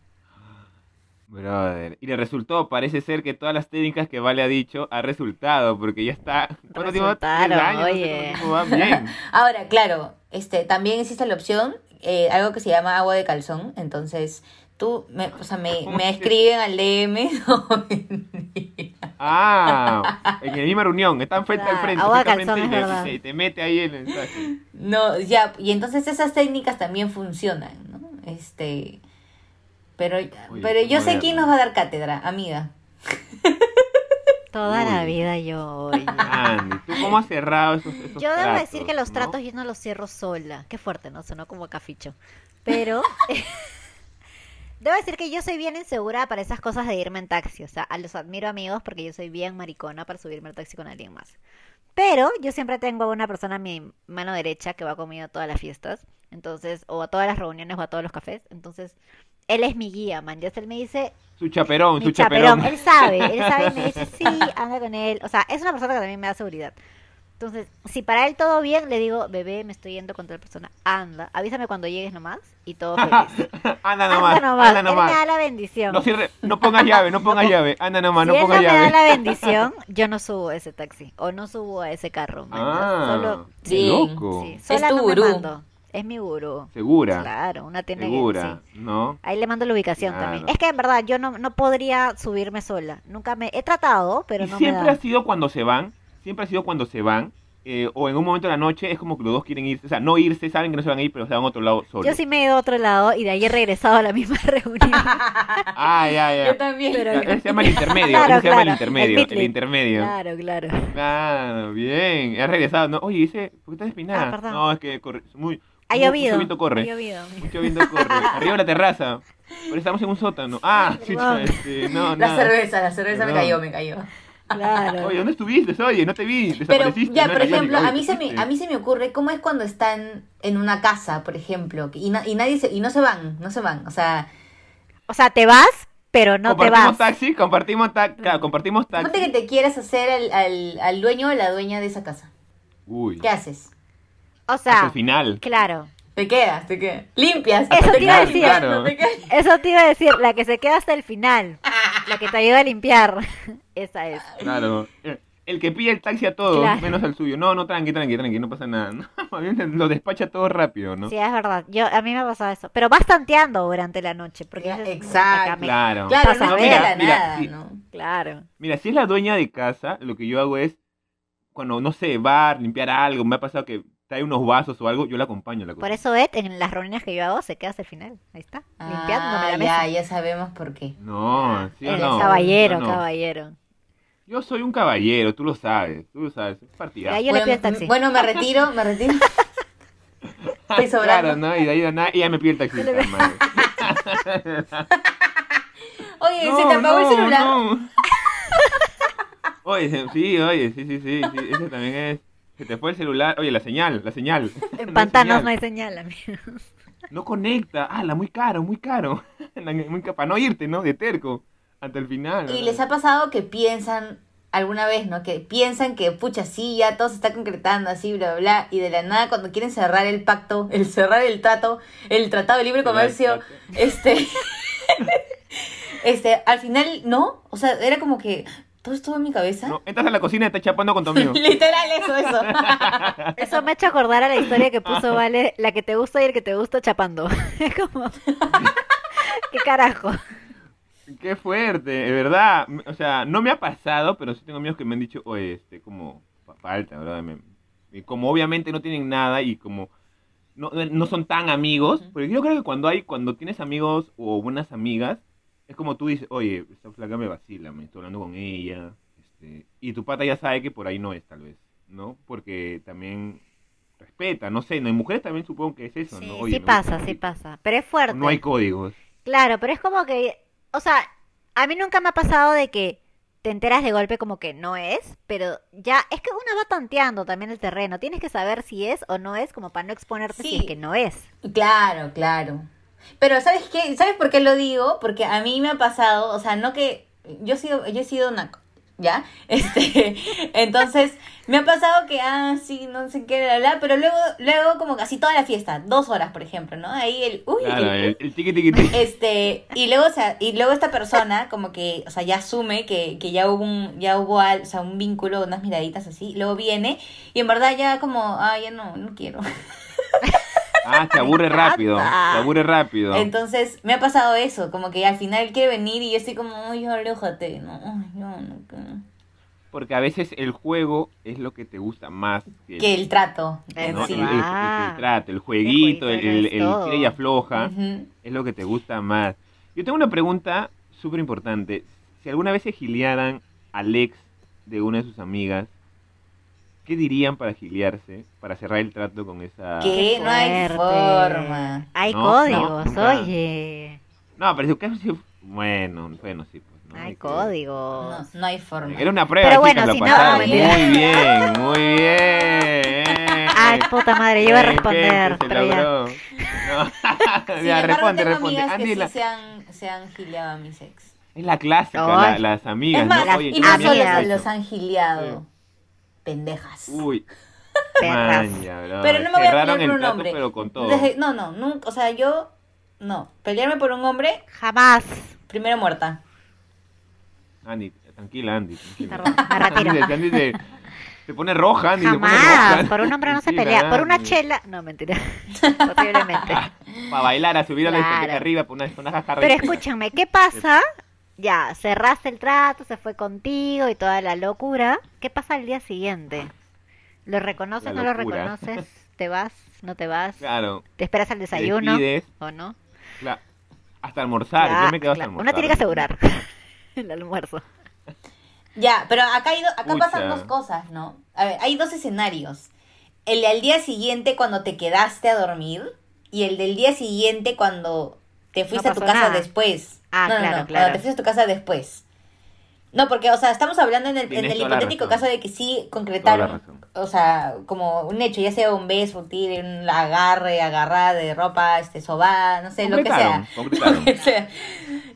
C: Brother. Y le resultó, parece ser que todas las técnicas que Vale ha dicho ha resultado, porque ya está. ¿Cuánto tiempo?
D: Resultaron,
C: Tres años, no sé
D: oye.
C: cuánto tiempo va, Bien.
E: Ahora, claro, este, también existe la opción, eh, algo que se llama agua de calzón, entonces tú, me, o sea, me,
C: ¿Cómo
E: me
C: es que-
E: escriben al DM. no, mentira.
C: Ah, en la misma reunión, están frente al
D: Claro,
C: frente.
D: agua de
C: frente al
D: calzón,
C: frente,
D: es
C: y te-
D: verdad.
C: y te, mete ahí el mensaje.
E: No, ya, y entonces esas técnicas también funcionan, ¿no? Este, pero, pero yo sé
C: moderno.
E: quién nos va a dar cátedra, amiga.
D: Toda la
C: Uy.
D: vida yo. oye.
C: Andy, ¿tú cómo has cerrado esos, esos
D: Yo debo
C: tratos,
D: decir que los
C: no?
D: tratos yo no los cierro sola. Qué fuerte, ¿no? Sonó como caficho. Pero. Debo decir que yo soy bien insegura para esas cosas de irme en taxi. O sea, a los admiro amigos porque yo soy bien maricona para subirme al taxi con alguien más. Pero yo siempre tengo a una persona a mi mano derecha que va conmigo a todas las fiestas. Entonces, o a todas las reuniones o a todos los cafés. Entonces, él es mi guía, man. Ya él me dice,
C: Su chaperón,
D: mi
C: su
D: chaperón.
C: chaperón.
D: Él sabe, él sabe y me dice, sí, anda con él. O sea, es una persona que también me da seguridad. Entonces, si para él todo bien, le digo, bebé, me estoy yendo con tal persona, anda, avísame cuando llegues nomás y todo feliz.
C: Anda
D: anda
C: nomás,
D: nomás,
C: anda
D: él me da
C: nomás.
D: la bendición.
C: No cierre, no pongas llave, no pongas llave. Anda nomás,
D: si
C: no
D: él no
C: pongas
D: me da
C: llave.
D: la bendición, yo no subo a ese taxi o no subo a ese carro. ¿me
C: Ah,
D: entiendes? Solo,
C: qué
E: sí,
C: loco.
D: sí, sola
E: tu
D: no me
E: gurú.
D: mando. Es mi gurú.
C: Segura.
D: Claro, una tiene que- sí.
C: Segura, ¿no?
D: Ahí le mando la ubicación
C: Claro.
D: también. Es que en verdad yo no, no podría subirme sola. Nunca me he tratado, pero
C: y
D: no me
C: siempre
D: da.
C: ha sido cuando se van, siempre ha sido cuando se van, eh, o en un momento de la noche es como que los dos quieren irse, o sea, no irse, saben que no se van a ir, pero se van a otro lado solos.
D: Yo sí me he ido a otro lado y de ahí he regresado a la misma reunión.
C: Ah, ya, ya.
E: Yo también.
D: Pero-
C: Ese se llama el intermedio,
D: Claro,
C: ese se llama el
D: claro, el
C: intermedio, el,
D: midlip.
C: intermedio. Claro.
D: claro, claro.
C: bien, ha regresado, ¿no? Oye, dice, ¿por qué estás
D: Ah,
C: despeinada?
D: perdón.
C: no, es que corre, muy...
D: Ha
C: mucho
D: llovido.
C: viento corre.
D: Ha llovido.
C: Mucho viento corre. Arriba de la terraza. Pero estamos en un sótano. Ah, sí,
D: Perdón.
C: este, no,
E: La
C: nada.
E: cerveza, la cerveza me
C: Perdón.
E: cayó, me cayó.
D: Claro.
C: Oye, ¿dónde estuviste? Oye, no te vi,
E: Pero
C: desapareciste.
E: ya,
C: no
E: por
C: era yo,
E: ejemplo,
C: digo,
E: a
C: oye,
E: mí, se me,
C: ¿qué
E: a mí se me ocurre cómo es cuando están en una casa, por ejemplo, y, na- y nadie se, y no se van, no se van, o sea,
D: O sea, te vas, pero no te
C: compartimos
D: vas.
C: taxi, compartimos taxi, claro, compartimos
E: ponte que
C: taxi.
E: te quieras hacer al, al, al dueño o la dueña de esa casa.
C: Uy,
E: ¿Qué haces?
D: O
C: hasta
D: sea,
C: el final.
D: claro.
E: Te quedas, te quedas. Limpias.
D: Eso
E: te
D: te iba
E: quedas
D: a decir.
E: limpiando, te quedas-
D: Eso te iba a decir, la que se queda hasta el final. La que te ayuda a limpiar. Esa es.
C: Claro. Eh, El que pide el taxi a todos,
D: Claro.
C: menos al suyo. No, no, tranqui, tranqui, tranqui, no pasa nada. No, más bien lo despacha todo rápido, ¿no?
D: Sí, es verdad. Yo, a mí me ha pasado eso. Pero vas tanteando durante la noche. Porque
E: Ya,
D: dices, "Puta,
E: exacto.
D: acá me-
C: Claro.
E: Claro,
D: Pasa
E: no
D: a
E: es
D: ver.
E: para
C: Mira,
E: nada,
C: sí.
E: ¿no?
D: Claro.
C: Mira, si es la dueña de casa, lo que yo hago es, cuando, no sé, va a limpiar algo, me ha pasado que trae unos vasos o algo, yo la acompaño. La
D: Por
C: acompaño.
D: eso Ed, en las reuniones que yo hago, se queda hasta el final. Ahí está, limpiándome
E: Ah,
D: la mesa.
E: ya, ya sabemos por qué.
C: No, sí o
D: El
C: no.
D: caballero,
C: Yo no.
D: caballero.
C: Yo soy un caballero, tú lo sabes, tú lo sabes, es
D: Y
C: partida.
D: ahí yo le pido el
E: bueno,
D: taxi.
E: bueno, me retiro, me retiro. estoy sobrando.
C: Claro, ¿no? Y de ahí de nada, ella me pide el taxi. Ah, madre.
E: Oye,
C: No,
E: se te apagó el
C: no,
E: celular.
C: no. Oye, se- sí, oye, sí, sí, sí, sí, ese también es. Se te fue el celular, oye, la señal, la señal. No
D: En
C: hay
D: pantanos
C: señal.
D: no hay señal, amigo.
C: No conecta, ala, muy caro, muy caro. Muy ca- para no irte, ¿no? De terco, hasta el final.
E: Y les ha pasado que piensan alguna vez, ¿no? Que piensan que, pucha, sí, ya todo se está concretando, así, bla, bla, bla, y de la nada cuando quieren cerrar el pacto, el cerrar el trato, el tratado de libre
C: Cerrar el
E: comercio,
C: trato.
E: este, este, al final, no, o sea, era como que todo estuvo en mi cabeza.
C: No, entras a la cocina y estás chapando con tu amigo.
E: Literal, eso, eso.
D: Eso me ha hecho acordar a la historia que puso Vale, la que te gusta y el que te gusta chapando. Es como... ¿Qué carajo?
C: Qué fuerte, de verdad. M- O sea, no me ha pasado, pero sí tengo amigos que me han dicho, oye, este, como, fa- falta, ¿verdad? Me- y como obviamente no tienen nada y como no, no- no son tan amigos, pero yo creo que cuando hay, cuando tienes amigos o buenas amigas, es como tú dices, oye, esta flaca me vacila, me estoy hablando con ella, este, y tu pata ya sabe que por ahí no es, tal vez, ¿no? Porque también respeta, no sé, no, en mujeres también supongo que es eso,
D: Sí,
C: ¿no?
D: sí
C: me gusta
D: pasa,
C: tu
D: sí
C: tipo.
D: pasa. Pero es fuerte.
C: No hay códigos.
D: Claro, pero es como que, o sea, a mí nunca me ha pasado de que te enteras de golpe como que no es, pero ya es que uno va tanteando también el terreno, tienes que saber si es o no es como para no exponerte si
E: Sí.
D: es que no es.
E: Claro, claro. Pero ¿sabes qué? ¿Sabes por qué lo digo? Porque a mí me ha pasado, o sea, no que yo he sido yo he sido una ¿ya? Este, entonces me ha pasado que ah, sí, no sé qué bla, bla, pero luego luego como casi toda la fiesta, dos horas, por ejemplo, ¿no? Ahí el uy,
C: Claro,
E: el-
C: el, el tiqui tiqui tiqui.
E: este, y luego, o sea, y luego esta persona como que, o sea, ya asume que, que ya hubo un, ya hubo al- o sea, un vínculo, unas miraditas así, luego viene y en verdad ya como, ah, ya no, no quiero.
C: Ah, se aburre rápido. Se
D: encanta.
C: aburre rápido.
E: Entonces, me ha pasado eso, como que al final él quiere venir y yo estoy como, ay, aléjate, no, ay, no, no, que-
C: Porque a veces el juego es lo que te gusta más que,
E: Que el trato,
C: el,
E: en
C: ¿no?
E: sí.
C: el, el- el- el trato, el jueguito, el,
D: Ah. jueguito,
C: el,
D: es todo.
C: tira y afloja.
E: Ujú.
C: Es lo que te gusta más. Yo tengo una pregunta súper importante. Si alguna vez se giliaran al ex de una de sus amigas, ¿qué dirían para giliarse? Para cerrar el trato con esa.
E: ¿Qué?
D: Qué
E: no hay
D: fuerte.
E: forma.
D: Hay
C: No,
D: códigos,
C: no, nunca.
D: oye,
C: No, pero si. Bueno, bueno, sí, pues. ¿no?
D: hay
C: que-
D: códigos.
E: No, no hay forma.
C: Era una prueba,
D: Pero
C: chicas,
D: bueno,
C: la
D: si no,
C: pasaron.
E: bueno.
C: Muy bien, muy bien.
D: Ay, puta madre, yo iba a
C: Bien,
D: responder,
C: gente, se
D: pero ya.
C: logró. No.
E: Sin
C: ya,
E: embargo,
C: responde,
E: tengo
C: responde.
E: amigas
C: Andy
E: que
C: es, la,
E: sí se han, se han giliado a mis ex.
C: es la clásica,
D: Ay.
C: la- las amigas,
E: es más,
C: ¿no? Oye,
E: y
C: qué
E: no
D: amigas.
E: solo
C: mierda
E: se
C: es
E: los
C: esto.
E: han giliado, pendejas.
C: Uy.
D: Perras.
C: maña, bro.
E: Pero no me voy a
C: Cerraron
E: pelear por
C: el
E: un
C: trato,
E: hombre.
C: pero con todo.
E: Desde- no, no, nunca, o sea, yo, no, pelearme por un hombre,
D: Jamás.
E: primero muerta.
C: Andy, tranquila, Andy. Tranquila.
D: Perdón, me retiro.
C: Andy, se- Andy se, se pone roja, Andy. se pone
D: Jamás.
C: roja.
D: Por un hombre no se
C: Tranquila,
D: pelea. Por una
C: Andy.
D: chela. No, mentira. Posiblemente.
C: Para bailar, Ah, a subir a la
D: Claro.
C: discoteca arriba, por una, una jaja
D: Pero
C: arriba.
D: escúchame, ¿qué pasa? Ya, cerraste el trato, se fue contigo y toda la locura. ¿Qué pasa al día siguiente? ¿Lo reconoces,
C: La
D: no lo
C: locura. Ah,
D: reconoces? ¿Te vas, no te vas?
C: Claro.
D: ¿Te esperas al
C: te
D: desayuno
C: despides.
D: o no?
C: Cla- hasta almorzar, yo
D: Cla-
C: me quedo hasta
D: cla-
C: almorzar.
D: Uno tiene que asegurar el almuerzo.
E: Ya, pero acá, hay do- acá
C: Pucha.
E: pasan dos cosas, ¿no? A ver, hay dos escenarios. El de al día siguiente cuando te quedaste a dormir y el del día siguiente cuando te fuiste a tu
D: pasó
E: casa
D: nada.
E: después.
D: Ah,
E: no, no,
D: claro,
E: no,
D: claro.
E: Cuando te fuiste a tu casa después. No, porque, o sea, estamos hablando en el, en
C: Tienes
E: el
C: toda la
E: hipotético
C: razón.
E: caso de que sí
C: Toda la
E: concretaron,
C: razón.
E: o sea, como un hecho, ya sea un beso, un tiro, un agarre, agarrada de ropa, este, sobada, no sé, lo que sea.
C: Concretaron, concretaron.
E: O sea,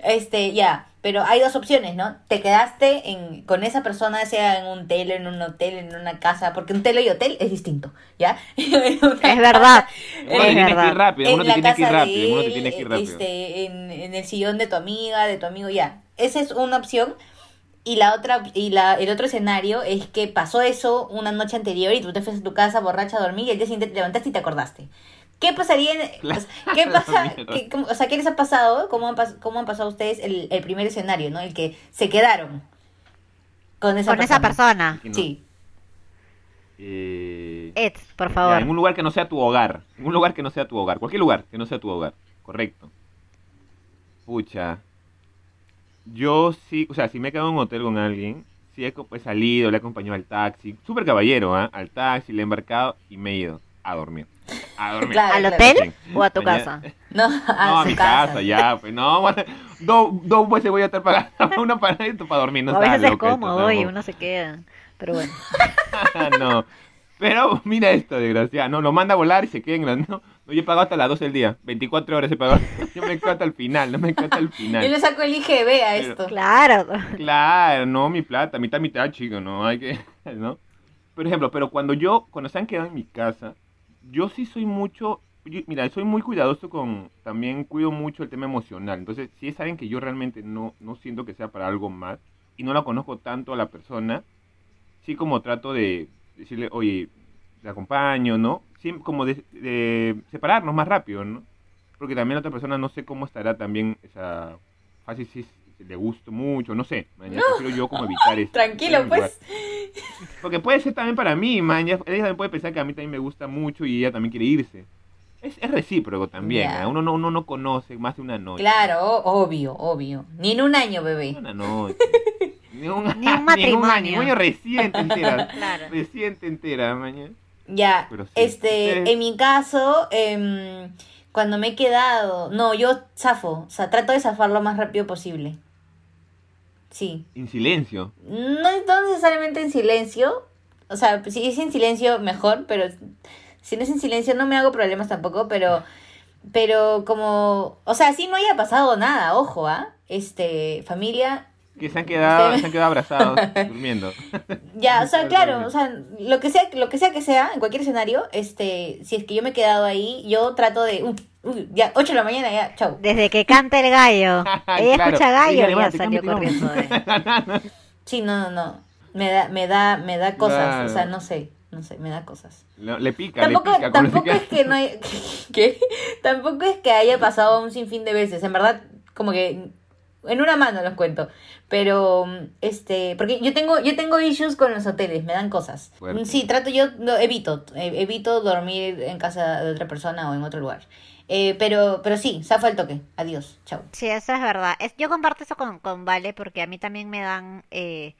E: este, ya, pero hay dos opciones, ¿no? Te quedaste en, con esa persona, sea en un telo, en un hotel, en una casa, porque un telo y hotel es distinto, ¿ya? es
D: Es verdad.
C: Uno te
D: Es
C: tiene que ir
D: verdad.
C: rápido, uno
E: En
C: te tiene
E: la
C: que ir
E: casa
C: rápido, uno te
E: de
C: tiene que ir
E: él,
C: rápido.
E: este, en, en el sillón de tu amiga, de tu amigo, ya. Esa es una opción. Y la otra, y la, el otro escenario es que pasó eso una noche anterior y tú te fuiste a tu casa borracha a dormir y el día siguiente te levantaste y te acordaste. ¿Qué pasaría en,
C: Claro,
E: ¿Qué pasa?
C: mierda.
E: ¿Qué- cómo- o sea, ¿qué les ha pasado? ¿Cómo han, pas- cómo han pasado ustedes el, el primer escenario, no? El que se quedaron con esa
D: Con esa persona.
C: Que no-
E: Sí.
C: Eh,
D: Ed, por
C: Ya,
D: favor.
C: en un lugar que no sea tu hogar. En un lugar que no sea tu hogar. Cualquier lugar que no sea tu hogar. Correcto. Pucha. Yo sí, o sea, si me he quedado en un hotel con alguien, sí he, co- he salido, le he acompañado al taxi. Súper caballero, ¿ah? Al taxi, le he embarcado y me he ido a dormir. A dormir.
E: Claro,
D: ¿Al
E: claro.
C: Sí.
D: hotel o a tu
C: Mañana-
D: casa?
E: No, a,
C: No, a
E: su
C: mi casa, ya, pues no, bueno, dos dos veces voy a estar pagando una para esto para dormir, no
D: O a
C: estaba
D: veces es
C: loco esto,
D: cómodo y
C: no.
D: uno se queda. Pero bueno.
C: no. Pero mira esto, desgraciado. No, lo manda a volar y se queda en la- No, no, yo he pagado hasta las 12 del día. 24 horas he pagado. Yo me quedo hasta el final, no me quedo hasta el
E: Yo le
C: final.
E: saco el IGB a
C: Pero-
E: esto.
D: Claro.
C: Claro, no, mi plata, mitad, mitad, chico, no, hay que. ¿No? Por ejemplo, pero cuando yo, cuando se han quedado en mi casa, yo sí soy mucho. yo- mira, soy muy cuidadoso con. También cuido mucho el tema emocional. Entonces, si es alguien que yo realmente no, no siento que sea para algo más y no la conozco tanto a la persona, sí como trato de decirle, oye, te acompaño, ¿no? Sí, como de, de separarnos más rápido, ¿no? Porque también la otra persona no sé cómo estará también, o sea, fácil si si le gusto mucho, no sé, mañana prefiero yo como evitar eso.
E: Tranquilo, pues.
C: Porque puede ser también para mí, mañana, ella también puede pensar que a mí también me gusta mucho y ella también quiere irse. Es, es recíproco también,
E: Ya.
C: ¿ah? uno, no, uno no conoce más de una noche.
E: Claro, o- obvio, obvio. Ni en un año, bebé.
C: Una noche. Ni un,
D: Ni un matrimonio.
C: año, un año recién te enteras.
D: Claro.
C: Recién te enteras, mañana.
E: Ya,
C: Pero sí.
E: este,
C: Sí.
E: en mi caso, em, cuando me he quedado, no, yo zafo, o sea, trato de zafar lo más rápido posible. Sí,
C: En silencio.
E: no, no necesariamente en silencio, o sea, si es en silencio, mejor, pero si no es en silencio, no me hago problemas tampoco, pero, pero como, o sea, si no haya pasado nada, ojo, ¿ah? Este, familia,
C: Que se han quedado,
E: Sí.
C: se han quedado abrazados, durmiendo.
E: Ya, o sea,
C: Totalmente.
E: claro, o sea, lo que sea, lo que sea que sea, en cualquier escenario, este, si es que yo me he quedado ahí, yo trato de, uy, uy, ya, 8 de la mañana, ya, chau.
D: Desde que canta el gallo. Ella
C: Claro.
D: escucha gallo
C: Ella,
D: y ya
C: levántate,
D: salió
C: cámbiate,
D: corriendo. de-
E: Sí, no, no, no, me da, me da, me da cosas,
C: Claro.
E: o sea, no sé, no sé, me da cosas.
C: No, le pica,
E: Tampoco,
C: le pica. con
E: tampoco
C: los-
E: es que no hay, que, tampoco es que haya pasado un sinfín de veces, en verdad, como que en una mano los cuento, pero este, porque yo tengo, yo tengo issues con los hoteles, me dan cosas.
C: Fuerte.
E: Sí, trato yo, no, evito, eh, evito dormir en casa de otra persona o en otro lugar. Eh, pero, pero sí, zafo el toque, adiós, chao.
D: Sí, eso es verdad. Es- yo comparto eso con, con Vale porque a mí también me dan, eh,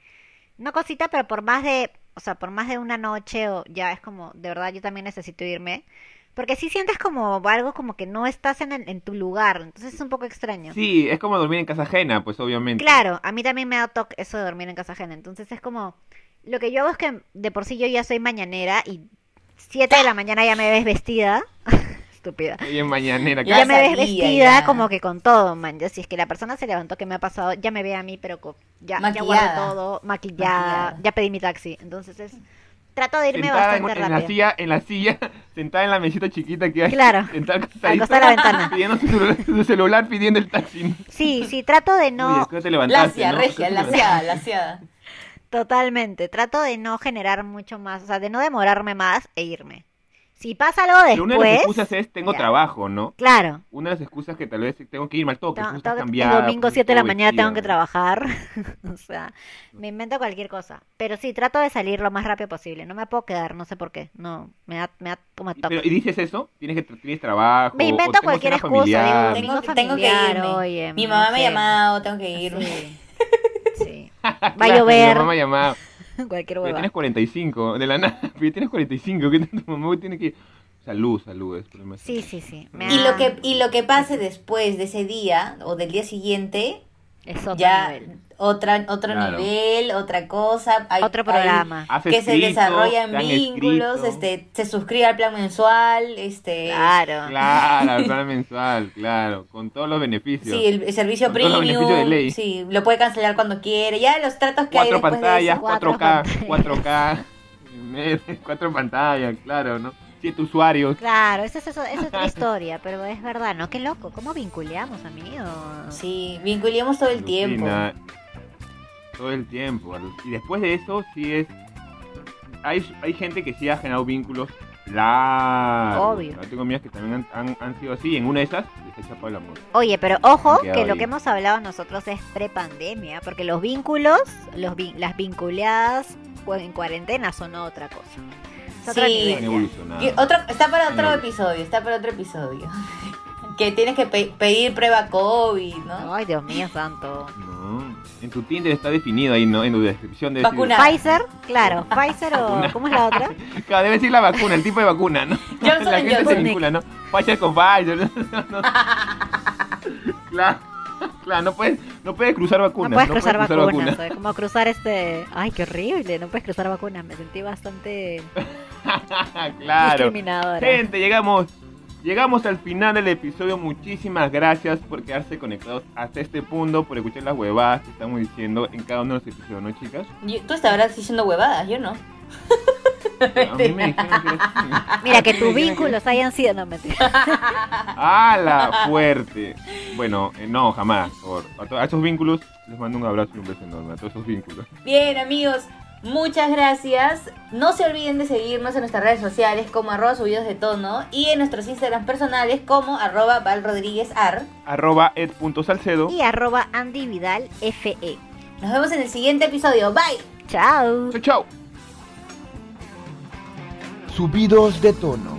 D: no cosita, pero por más de, o sea, por más de una noche o ya es como, de verdad yo también necesito irme. Porque si sientes como algo como que no estás en, el- en tu lugar, entonces es un poco extraño.
C: Sí, es como dormir en casa ajena, pues obviamente.
D: Claro, a mí también me da toque eso de dormir en casa ajena. Entonces es como, lo que yo hago es que de por sí yo ya soy mañanera y 7 de la mañana ya me ves vestida. Estúpida.
C: Y en mañanera.
E: Ya
D: Ya, me ves
E: sabía,
D: vestida
E: ya.
D: como que con todo, man. Ya, si es que la persona se levantó, que me ha pasado, ya me ve a mí, pero co- ya, ya guardé
E: Maquillada.
D: todo, maquillada,
E: Maquillada.
D: ya pedí mi taxi. Entonces es, trato de irme
C: sentada en,
D: bastante
C: en la
D: rápido.
C: silla, en la silla, sentada en la mesita chiquita que hay.
D: Claro.
C: Sentada al
D: Al
C: costadito,
D: costado de la ventana.
C: Pidiendo su celular, su celular, pidiendo el taxi.
D: Sí, sí, trato de no...
C: Uy, es que te levantaste,
E: Lacia,
C: ¿no?
E: regia, laciada, laciada.
D: Totalmente, trato de no generar mucho más, o sea, de no demorarme más e irme. Si pasa algo después,
C: Pero una de las excusas es tengo
D: ya.
C: trabajo, ¿no?
D: claro,
C: Una de las excusas que tal vez tengo que irme al toque,
D: tengo-
C: justo
D: tengo-
C: cambiada,
D: el domingo
C: pues,
D: 7 de la
C: todo
D: mañana
C: vestida,
D: tengo que
C: ¿no?
D: trabajar, o sea, me invento cualquier cosa, pero sí, trato de salir lo más rápido posible, no me puedo quedar, no sé por qué, no, me da, me da como
C: Y-
D: toque.
C: pero- y dices eso, tienes que tra- tienes trabajo.
D: Me
C: o- o
D: invento
C: tengo
D: cualquier
C: cena
D: excusa, digo,
C: familiar.
D: domingo
E: Tengo, tengo que
D: familiar,
E: irme.
D: oye,
E: Mi
D: no
E: mamá me
D: sé.
E: ha llamado, tengo que irme.
D: Sí, sí. va
C: Claro,
D: a
C: mi
D: llover,
C: mamá me ha llamado.
D: cualquier
C: Pero
D: hueva.
C: tienes 45, de la nada. Pero tienes 45, ¿qué tanto mamá tiene que Salud, salud, es problema.
D: Sí, sí, sí. me
E: Y
D: da-
E: lo que, y lo que pase después de ese día o del día siguiente,
D: es otro
E: ya
D: nivel,
E: otra, otro
C: Claro.
E: nivel, otra cosa, hay-
D: otro
E: hay-
D: programa.
C: Has
E: que se
C: escrito,
E: desarrollan
C: te han
E: vínculos,
C: escrito.
E: este, se suscribe al plan mensual, este,
D: Claro.
C: Claro, el plan mensual, claro, con todos los beneficios.
E: sí, el, el servicio
C: Con todos los beneficios de
E: premium,
C: ley.
E: sí, lo puede cancelar cuando quiere, ya los tratos que hay
C: cuatro
E: después
C: pantallas,
E: de eso.
D: Cuatro
C: 4K, 4K, cuatro pantallas, claro, ¿no? Siete usuarios.
D: Claro, esa es, eso- esa es otra historia, pero es verdad, ¿no? Qué loco, ¿cómo vinculamos, amigos?
E: Sí, vinculemos todo el tiempo.
C: Alucina. Todo el tiempo. alu- Y después de eso, sí es. Hay, hay gente que sí ha generado vínculos largos.
D: Obvio.
C: Yo tengo amigas que también han, han- han sido así. y En una de esas, les ha chapado el amor.
D: Oye, pero ojo
C: Han quedado
D: que lo
C: ahí.
D: que hemos hablado nosotros es prepandemia, porque pues, los vínculos, los vin- las vinculadas cu- en cuarentena son otra cosa. Es otro
E: Sí.
D: nivel
C: Han
D: ya.
C: evolucionado.
E: Y otro, está para otro
C: Señor.
E: episodio, está para otro episodio. que tienes que pe- pedir prueba COVID, ¿no?
D: Ay, Dios mío, santo.
C: No, en tu Tinder está definido ahí, ¿no? En tu descripción debe
E: Vacuna.
D: Pfizer, claro. Pfizer o. ¿Cómo es la otra?
C: decir... Claro, debe decir la vacuna, el tipo de vacuna, ¿no?
E: Johnson
C: la gente se
E: Johnson.
C: vincula, ¿no? Pfizer con Pfizer, ¿no? No. Claro, claro, no puedes, no puedes cruzar
D: No
C: vacunas.
D: puedes cruzar vacunas,
C: vacunas.
D: ¿sabes? como cruzar este... Ay, qué horrible, no puedes cruzar vacunas, me sentí bastante
C: claro.
D: discriminadora.
C: Gente, llegamos. Llegamos al final del episodio. Muchísimas gracias por quedarse conectados hasta este punto, por escuchar las huevadas que estamos diciendo en cada uno de los episodios, ¿no, chicas?
E: Yo- Tú estabas diciendo huevadas, yo no.
C: A mí me dijeron que era así.
D: Mira, que
C: Me
D: tus
C: dijeron que-
D: vínculos hayan sido... No, mentira.
C: ¡Hala! Fuerte. Bueno, eh, no, jamás. Por, a, to- a esos vínculos les mando un abrazo y un beso enorme. A todos esos vínculos.
E: Bien, amigos, muchas gracias. No se olviden de seguirnos en nuestras redes sociales como arroba subidos de tono y en nuestros Instagram personales como arroba valrodríguezar.
C: Arroba ed.salcedo.
D: Y arroba Andy Vidal FE.
E: Nos vemos en el siguiente episodio. Bye.
D: Chao.
C: Chau, chau.
B: Subidos de tono.